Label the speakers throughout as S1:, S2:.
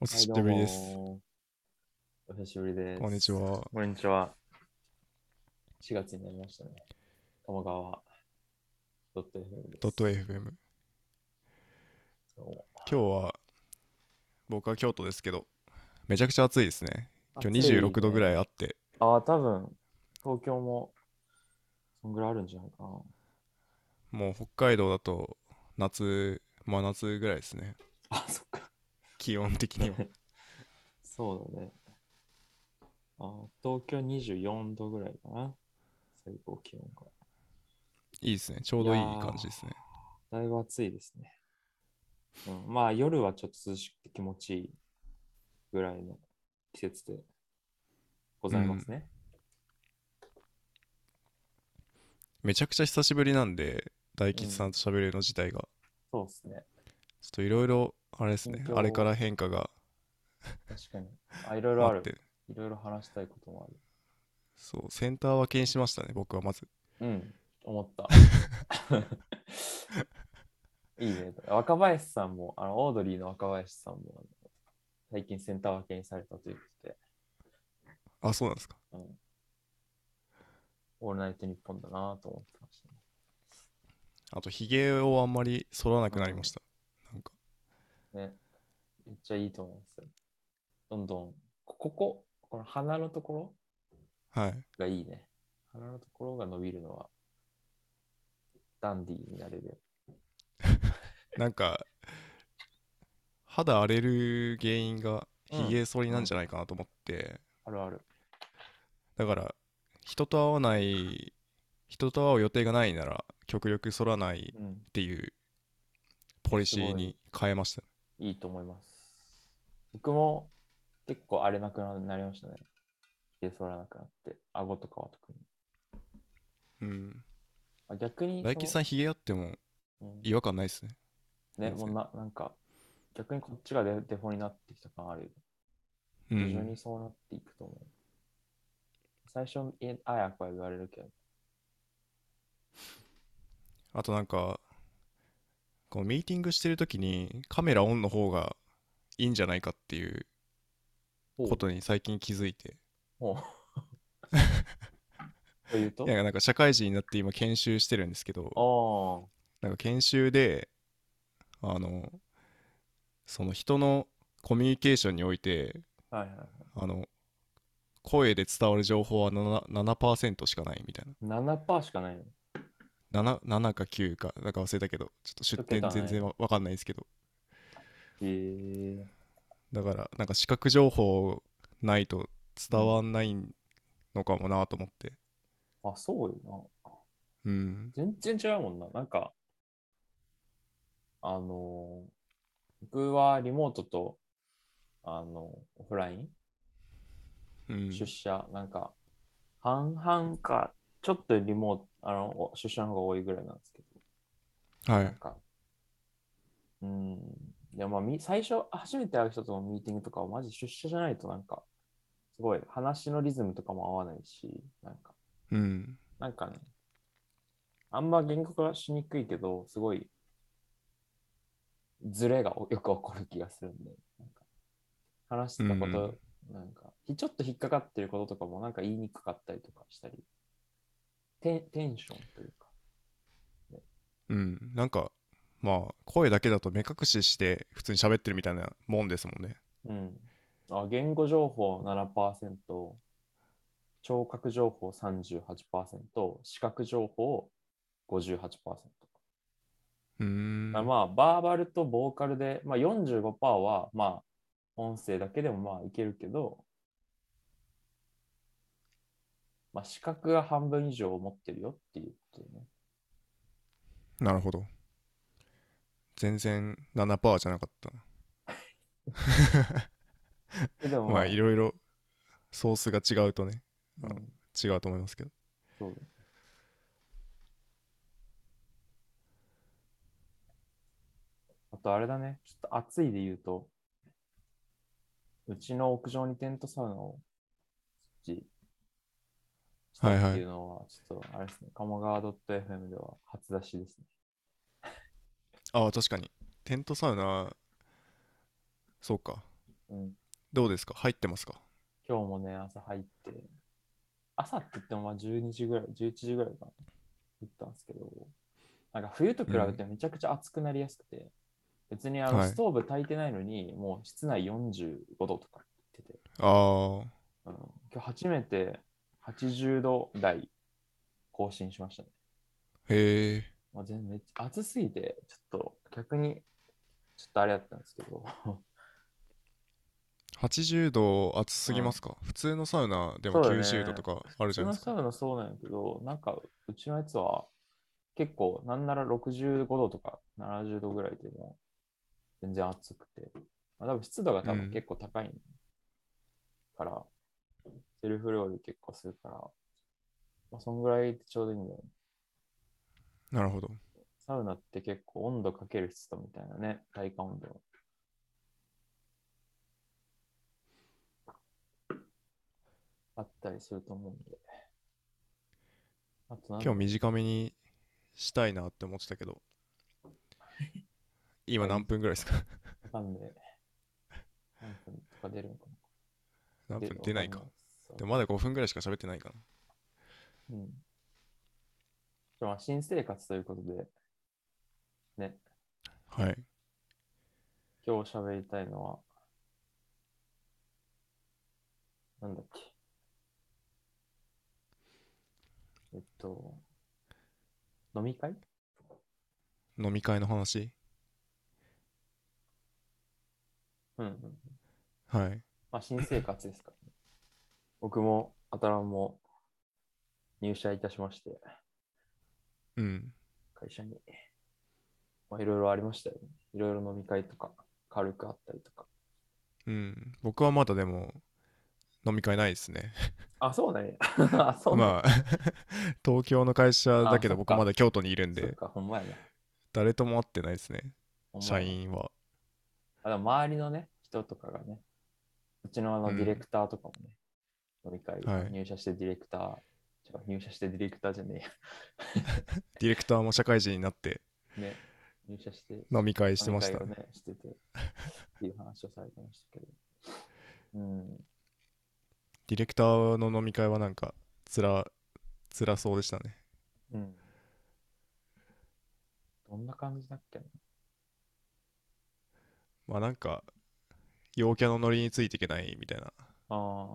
S1: お久しぶりです。
S2: はい。どうもお久しぶりです。
S1: こんにち。は。
S3: こんにちは。
S2: 4月になりましたね。鴨川ドット FM です。
S1: ドット FM。
S2: どうも
S1: 今日は、僕は京都ですけど、めちゃくちゃ暑いですね。今日
S2: 暑いね
S1: 26度ぐらいあって、
S2: ああ、多分東京もそんぐらいあるんじゃないかな。
S1: もう北海道だと夏、真夏ぐらいですね。
S2: あ、そっか。
S1: 気温的 には。
S2: そうだね。あー東京24度ぐらいかな。最高気温が。
S1: いいですね。ちょうどいい感じですね。
S2: だいぶ暑いですね。うん、まあ夜はちょっと涼しくて気持ちいいぐらいの季節でございますね。
S1: めちゃくちゃ久しぶりなんで、大吉さんと喋れるの自体が。
S2: そうですね。
S1: ちょっといろいろ、あれですね
S2: 本。当
S1: あれから変化が
S2: 確かに。あ、いろいろあ
S1: あっ
S2: る。
S1: て、
S2: いろいろ話したいことも
S1: そう、センター分けにしましたね、僕はまず。
S2: ある。うん、思った。いいね。若林さんも、あの、オードリーの若林さんも、あの最近センター分けにされたということで、
S1: あ、そうなんですか。
S2: うん、オールナイトニッポンだなと思ってましたね。
S1: あと、ひげをあんまり剃らなくなりました。なんか。
S2: ね。めっちゃいいと思いますよ。どんどん、こここ、この鼻のところ
S1: はい。
S2: がいいね。鼻のところが伸びるのは、ダンディーになれる。
S1: なんか、肌荒れる原因が
S2: うん
S1: ひげ剃りなんじゃないかなと思って、
S2: あるある。
S1: だから、人と会わない、人と会う予定がないなら、極力剃らないっ
S2: うん。
S1: ていうポリシーに変えました。
S2: いいと思います。僕も結構荒れなくなりましたね。ひげ剃らなくなって、顎とかは特に。
S1: うん。
S2: あ逆にその、
S1: 大吉さん、ひげあっても
S2: うん
S1: 違和感ないですね。
S2: ね、もうななんか、逆にこっちがデデフォになってきた感あるよね。
S1: う
S2: 徐々
S1: ん。
S2: にそうなっていくと思う。最初、えあやこは言われるけど、
S1: あとなんか、こうミーティングしてるときにカメラオンの方がいいんじゃないかっていうことに最近気づいて、
S2: もう。 というと
S1: いやなんか社会人になって今研修してるんですけど、
S2: ああ、
S1: なんか研修であのその人のコミュニケーションにおいて
S2: はいはいはい。
S1: あの声で伝わる情報は 7%, 7しかないみたい
S2: 7%しかないの。
S1: な 7, 7か9かなんか忘れたけどちょっと出
S2: ちょ
S1: 典
S2: っとね
S1: 全然わわかんないですけど
S2: へえ。
S1: だからなんか視覚情報ないと伝わんないのかもなと思って
S2: あ、そうよな。
S1: うん
S2: 全然違うもんな。なんか、あのー僕はリモートと、あのオフライン、
S1: うん
S2: 出社、なんか、半々か、ちょっとリモート、あの、お出社の方が多いぐらいなんですけ
S1: は
S2: ど、なん
S1: い
S2: か、うん、でもまあ、み最初、初めて会う人とのミーティングとかは、マジ出社じゃないと、なんか、すごい、話のリズムとかも合わないし、なんか、
S1: うん
S2: なんかね、あんま言語化しにくいけど、すごい、ズレがよく起こる気がするんで、なんか話してたこと、なんか、ひちょっと引っかかってることとかも、なんか言いにくかったりとかしたり、テンテンションというか、
S1: うんなんかまあ声だけだと目隠しして普通に喋ってるみたいなもんですもんね
S2: うん。あ言語情報7%、聴覚情報38%、視覚情報58%。
S1: うーん
S2: まあまあ、バーバルとボーカルで、まあ、45%は、まあ、音声だけでもまあいけるけど、まあ、視覚が半分以上持ってるよっていうことでね。
S1: なるほど。全然7%じゃなか ったな。
S2: えでも、
S1: まあいろいろソースが違うとね、
S2: うん
S1: 違うと思いますけど。
S2: そうあとあれだね、ちょっと暑いで言うと、うちの屋上にテントサウナを設置した
S1: はいはい
S2: っていうのは、ちょっとあれですね、鴨川 .fm では初出しですね。
S1: ああ、確かに。テントサウナ、そうか。
S2: うん。
S1: どうですか入ってますか
S2: 今日もね、朝入って、朝って言ってもまあ12時ぐらい、11時ぐらいかな、行ったんですけど、なんか冬と比べてめちゃくちゃ暑くなりやすくて、別にあの
S1: はい
S2: ストーブ焚いてないのに、もう室内45度とか言ってて、
S1: ああ
S2: うん、今日初めて80度台更新しましたね。
S1: へえ
S2: まあ、全然めっちゃ暑すぎて、ちょっと逆に、ちょっとあれだったんですけど、
S1: 80度暑すぎますか、普通のサウナでも
S2: そうだね
S1: 90度とかある
S2: う
S1: じ
S2: ち
S1: ゃない
S2: の
S1: です
S2: サ
S1: か、
S2: ウナそうなんやけど、なんかうちのやつは結構なんなら65度とか70度ぐらいでも全然暑くて、まあ、多分湿度が多
S1: うん
S2: 分結構高いから、セルフロール結構するから、まあ、そんぐらいでちょうどいいんだよね。
S1: なるほど
S2: サウナって結構温度かける湿度みたいなね、体感温度。あったりすると思うんで。あとなん
S1: 今日短めにしたいなって思ってたけ ど今何分ぐらいですか
S2: なんで、何分とか出るのかな
S1: 何分出ないか。
S2: そう
S1: でもまだ5分ぐらいしか喋ってないかな
S2: うん。まあ新生活ということで、ね、
S1: はい
S2: 今日喋りたいのは、なんだっけ。えっと、飲み会
S1: 飲み会の話
S2: うんうん。
S1: はい
S2: まあ、新生活で すからね。僕も、あたらんも、入社いたしまして、
S1: うん
S2: 会社に。まあ、いろいろありましたよね。いろいろ飲み会とか、軽くあったりとか。
S1: うん僕はまだでも飲み会ないです ね
S2: あ、そうだね。あ、そう
S1: まあ
S2: だね。
S1: 東京の会社だけど
S2: あそっ
S1: 僕
S2: か
S1: まだ京都にいるん
S2: そっ
S1: で
S2: か、ほんまやな。
S1: 誰とも会ってないですね
S2: ほんまやな
S1: 社員は
S2: あでも周りのね、人とかがね、うちのあ
S1: う
S2: の
S1: ん
S2: ディレクターとかもね、飲み会、
S1: はい
S2: 入社してディレクター、違う入社してディレクターじゃね
S1: ディレクターも社会人になって
S2: えや。ね、 入社して、
S1: 飲み会してまし
S2: 飲
S1: た
S2: み会をね、してて、っていう話をされてましたけど。うん、
S1: ディレクターの飲み会はなんかつらつらそうでしたね
S2: うん。どんな感じだっけな
S1: まあなんか陽キャのノリについていけないみたいな
S2: ああ。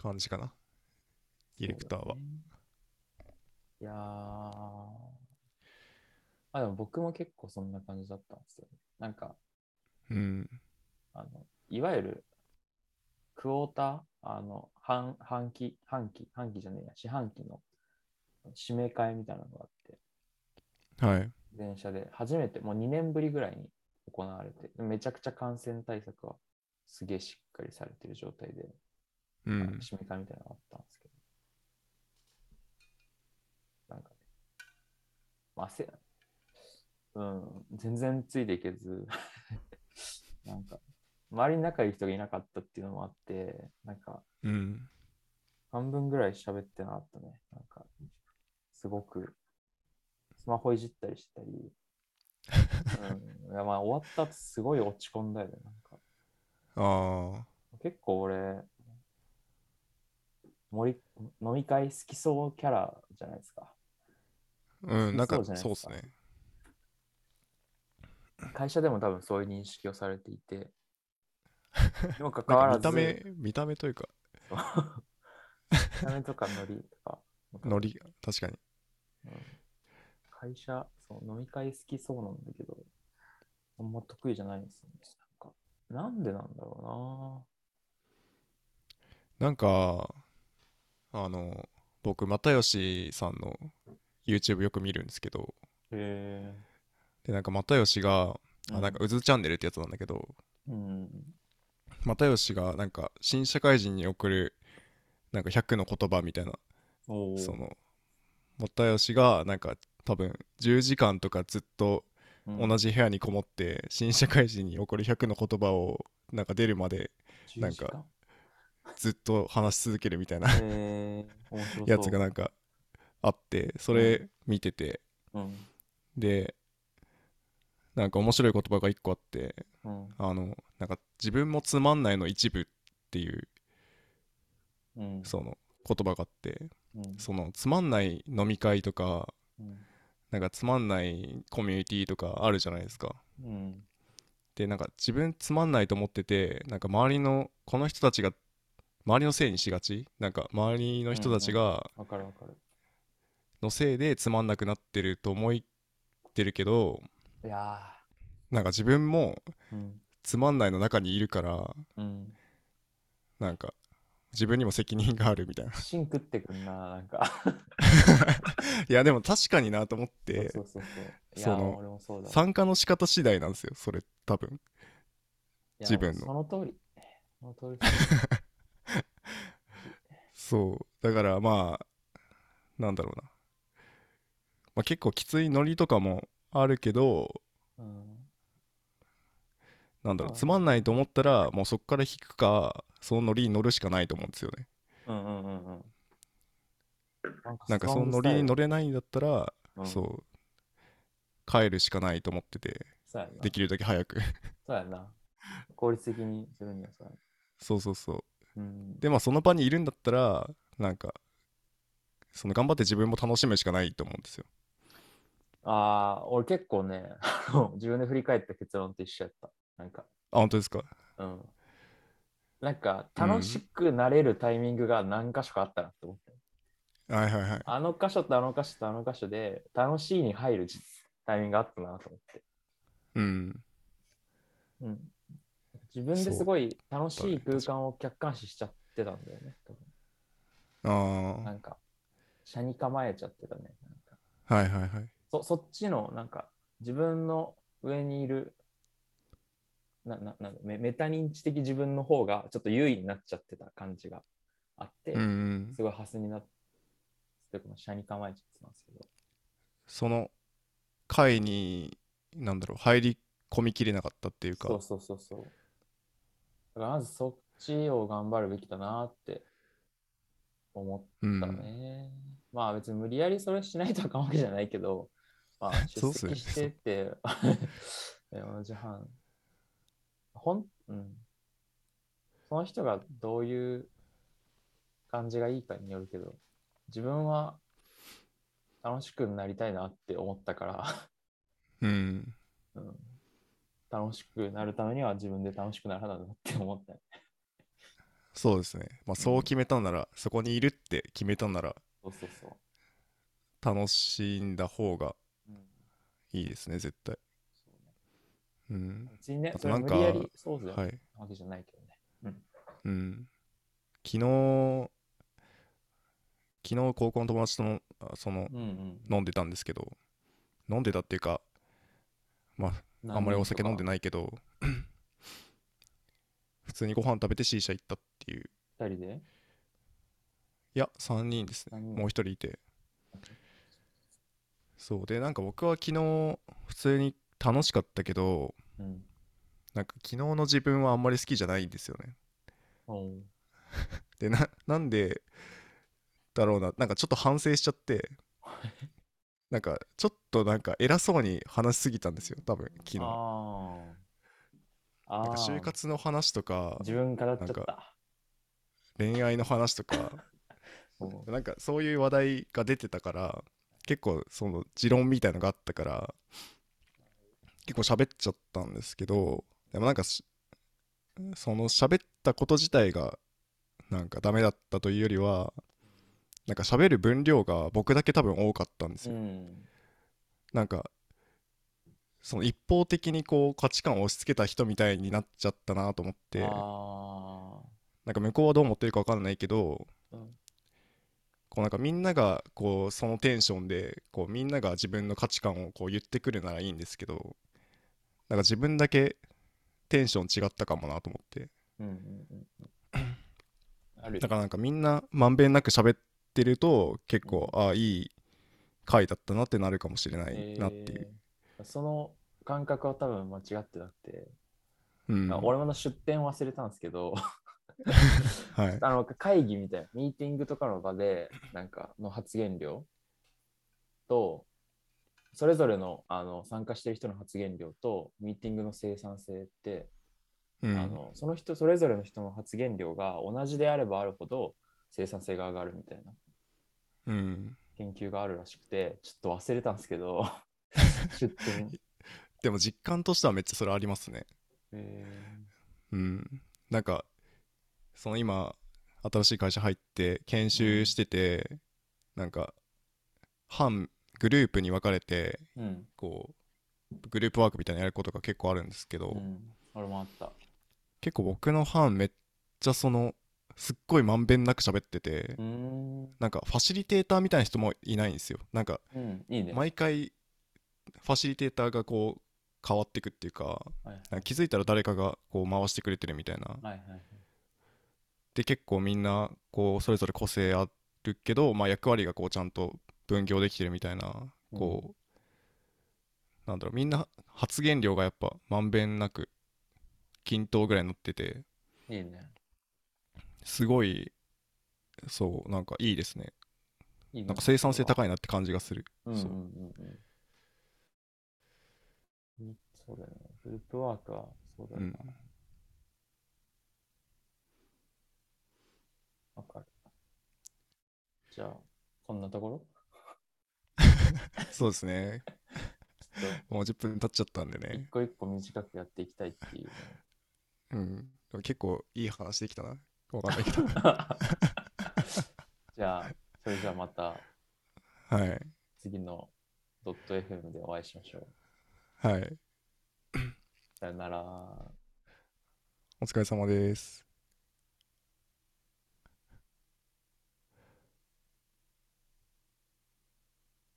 S1: 感じかなディレクターは
S2: そうだね。いやーあ、でも僕も結構そんな感じだったんですよね。なんか、
S1: うん
S2: あのいわゆるクォーター、あの半半期、半期、半期じゃねえや、四半期の締め替えみたいなのがあって、
S1: はい
S2: 電車で初めて、もう2年ぶりぐらいに行われて、めちゃくちゃ感染対策はすげえしっかりされてる状態で、
S1: う
S2: なん
S1: ん
S2: か締め替えみたいなのがあったんですけど、なんかね、まあ、せうん、全然ついていけず、なんか、周りに仲いい人がいなかったっていうのもあって、なんか、
S1: うん
S2: 半分ぐらい喋ってなかったね。なんか、すごく、スマホいじったりしたり、うん、いやまあ、終わった後すごい落ち込んだよね。なんか
S1: あ
S2: 結構俺森飲み会好きそうキャラじゃないですか
S1: あうんなん
S2: そ
S1: か
S2: うじゃない
S1: そうで
S2: で
S1: すす
S2: か
S1: ね
S2: 会社でも多分そういう認識をされていて にもかかわ
S1: なん
S2: ら
S1: か
S2: ず
S1: 見た目見た目というか
S2: 見た目とかノリとか
S1: ノリ確かに
S2: 会社そう飲み会好きそうなんだけどあんま得意じゃないんですよねなんかなんでなんだろ
S1: なんかあの僕又吉さんの YouTube よく見るんですけど
S2: うなへ
S1: でなんか又吉が
S2: え
S1: あなんかうずチャンネルってやつなんだけど
S2: うん
S1: 又吉がなんか新社会人に送るなんか100の言葉みたいな
S2: おお
S1: その又吉がなんか多分10時間とかずっと同じ部屋にこもって新社会人に送る100の言葉をなんか出るまで
S2: じ
S1: なんかずっと話し続けるみたいな
S2: へえ面白そう
S1: やつがなんかあってそれ見てて
S2: うん
S1: でなんか面白い言葉が一個あって
S2: うん。
S1: あのなんか自分もつまんないの一部っていう
S2: うん。
S1: その言葉があって
S2: うん。
S1: そのつまんない飲み会とか
S2: うん。
S1: なんかつまんないコミュニティとかあるじゃないですか
S2: うん。
S1: でなんか自分つまんないと思っててなんか周りのこの人たちが周りのせいにしがちなんか周りの人たちが
S2: わかるわかる。
S1: のせいでつまんなくなってると思ってるけど
S2: いや
S1: なんか自分も
S2: ー。うん。
S1: つまんないの中にいるから
S2: うん。
S1: なんか自分にも責任があるみ たいな
S2: 芯食ってくんな、なんか。
S1: いやでも確かになと思って
S2: そうそうそうそう。い
S1: そ
S2: やー、
S1: の
S2: 俺もそうだ。
S1: 参加の仕方次第なんですよそれ多分
S2: いや
S1: 自分の
S2: その通り。その通り。
S1: そうだからまあなんだろうな、まあ、結構きついノリとかもあるけど
S2: うん。
S1: なんだろう
S2: はい
S1: つまんないと思ったらもうそこから引くかそのノリに乗るしかないと思うんですよね
S2: うんうんうんうん。
S1: なんかそのノリに乗れないんだったら、
S2: うん
S1: そう帰るしかないと思ってて
S2: そうやな
S1: できるだけ早く
S2: そうやな。効率的にするにはさ。
S1: そうそうそう
S2: うん。
S1: でまあその場にいるんだったらなんかその頑張って自分も楽しむしかないと思うんですよ
S2: ああ、俺結構ね、 あの自分で振り返った結論と一緒やった。なんか、
S1: あ本当ですか
S2: うん。なんか、楽しくなれるタイミングが何箇所かあったなって思って。
S1: はいはいはい
S2: あの箇所とあの箇所とあの箇所で、楽しいに入るタイミングがあったなと思って。
S1: うん
S2: うん。自分ですごい楽しい空間を客観視しちゃってたんだよね。多分
S1: あー
S2: なんか、車に構えちゃってたね。なんか
S1: はいはいはい
S2: そそっちのなんか自分の上にいるなななメメタ認知的自分の方がちょっと優位になっちゃってた感じがあって、
S1: うんうん
S2: すごいハスになってというか車に構えちゃってたんですけど
S1: その会になんだろう入り込みきれなかったっていうか
S2: そうそうそうそうだからまずそっちを頑張るべきだなって思
S1: う
S2: った
S1: ん
S2: ね、まあ別に無理やりそれしないとあかんわけじゃないけど、まあ、
S1: そう
S2: 出
S1: っすね
S2: 席してって、 え同じ班ほん、うん。その人がどういう感じがいいかによるけど、自分は楽しくなりたいなって思ったから、
S1: うん
S2: うん、楽しくなるためには自分で楽しくならないなって思ったね。
S1: そうですねまあそう決めたならそこにいるって決めたなら
S2: そうそうそう。
S1: 楽しんだ方が
S2: うん
S1: いいですね絶対
S2: そう
S1: うん
S2: ね、別にね
S1: あ、と
S2: それは
S1: なん
S2: 無
S1: か
S2: 理やりそうじゃ
S1: はい
S2: わけじゃないけどね。
S1: うん昨日昨日高校の友達とのあその
S2: うんうん。
S1: 飲んでたんですけど飲んでたっていうかまああんまりお酒飲んで
S2: ない。
S1: ないけど 普通にご飯食べて C 社行ったっていう
S2: 二人で
S1: いや3人ですね
S2: 三人
S1: もう1人いてそうでなんか僕は昨日普通に楽しかったけど
S2: うん。
S1: なんか昨日の自分はあんまり好きじゃないんですよね
S2: おう
S1: でな なんでだろうななんかちょっと反省しちゃ ってなんかちょっとなんか偉そうに話しすぎたんですよ多分昨日な
S2: ああ。あ
S1: んか就
S2: あ。
S1: 活の話とか
S2: 自分語っちゃ
S1: な
S2: っ
S1: ん
S2: た。
S1: 恋愛の話とか
S2: そう
S1: なんかそういう話題が出てたから結構その持論みたいのがあったから結構喋っちゃったんですけどでもなんかしその喋ったこと自体がなんかダメだったというよりはなんか喋る分量が僕だけ多分多かったんです
S2: う
S1: よ、
S2: ん。
S1: なんかその一方的にこう価値観を押し付けた人みたいになっちゃったなと思って
S2: あ
S1: なんか向こうはどう思ってるか分かんないけど、
S2: うん
S1: こうなんかみんながこうそのテンションでこうみんなが自分の価値観をこう言ってくるならいいんですけどなんか自分だけテンション違ったかもなと思って
S2: あ。うんうんうん。ある
S1: だからなんかみんなまんべんなく喋ってると結構、ああいい回だったなってなるかもしれないなっていう、
S2: えーその感覚は多分間違ってなくて、
S1: うん、
S2: あ俺もの出店忘れたんですけど、
S1: はい
S2: あの会議みたいな、ミーティングとかの場で、なんかの発言量と、それぞれのあの参加してる人の発言量とミーティングの生産性って、
S1: うん
S2: あのその人それぞれの人の発言量が同じであればあるほど生産性が上がるみたいな
S1: うん
S2: 研究があるらしくてちょっと忘れたんですけ ど出典、
S1: でも実感としてはめっちゃそれありますね
S2: え
S1: うんなんかその今新しい会社入って研修してて、なんか半グループに分かれて
S2: ーうん
S1: こうグループワークみたいなのやることが結構あるんですけど、
S2: うん俺もあった
S1: 結構僕の班めっちゃそのすっごいまんべんなく喋ってて、
S2: うーん
S1: なんかファシリテーターみたいな人もいないんですよなんか
S2: うんいいね、
S1: 毎回ファシリテーターがこう変わってくっていうか
S2: はいはい
S1: なんか気づいたら誰かがこう回してくれてるみたいな
S2: はいはい
S1: で結構みんなこうそれぞれ個性あるけど、まあ、役割がこうちゃんと分業できてるみたいなこう、なんだろうみんな発言量がやっぱまんべんなく均等ぐらいになってて
S2: いいね
S1: すごいそうなんかいいですね
S2: いいね
S1: なんか生産性
S2: それは
S1: 高いなって感じがする
S2: うんうん
S1: そう
S2: うんうん。そうだよね。グループワークはそうだよ
S1: う
S2: な。
S1: ん
S2: わ、かる。じゃあ、こんなところ
S1: そうです ね
S2: ちょっ
S1: もう10分経っちゃったんで
S2: と一
S1: ね
S2: 個一個短くやっていきたいっていうね、
S1: うんでも結構いい話できたなわかんないけ ど
S2: じゃあ、それじゃあまた
S1: はい
S2: 次のドット .fm でお会いしましょう。
S1: はい
S2: さよなら。
S1: お疲れ様です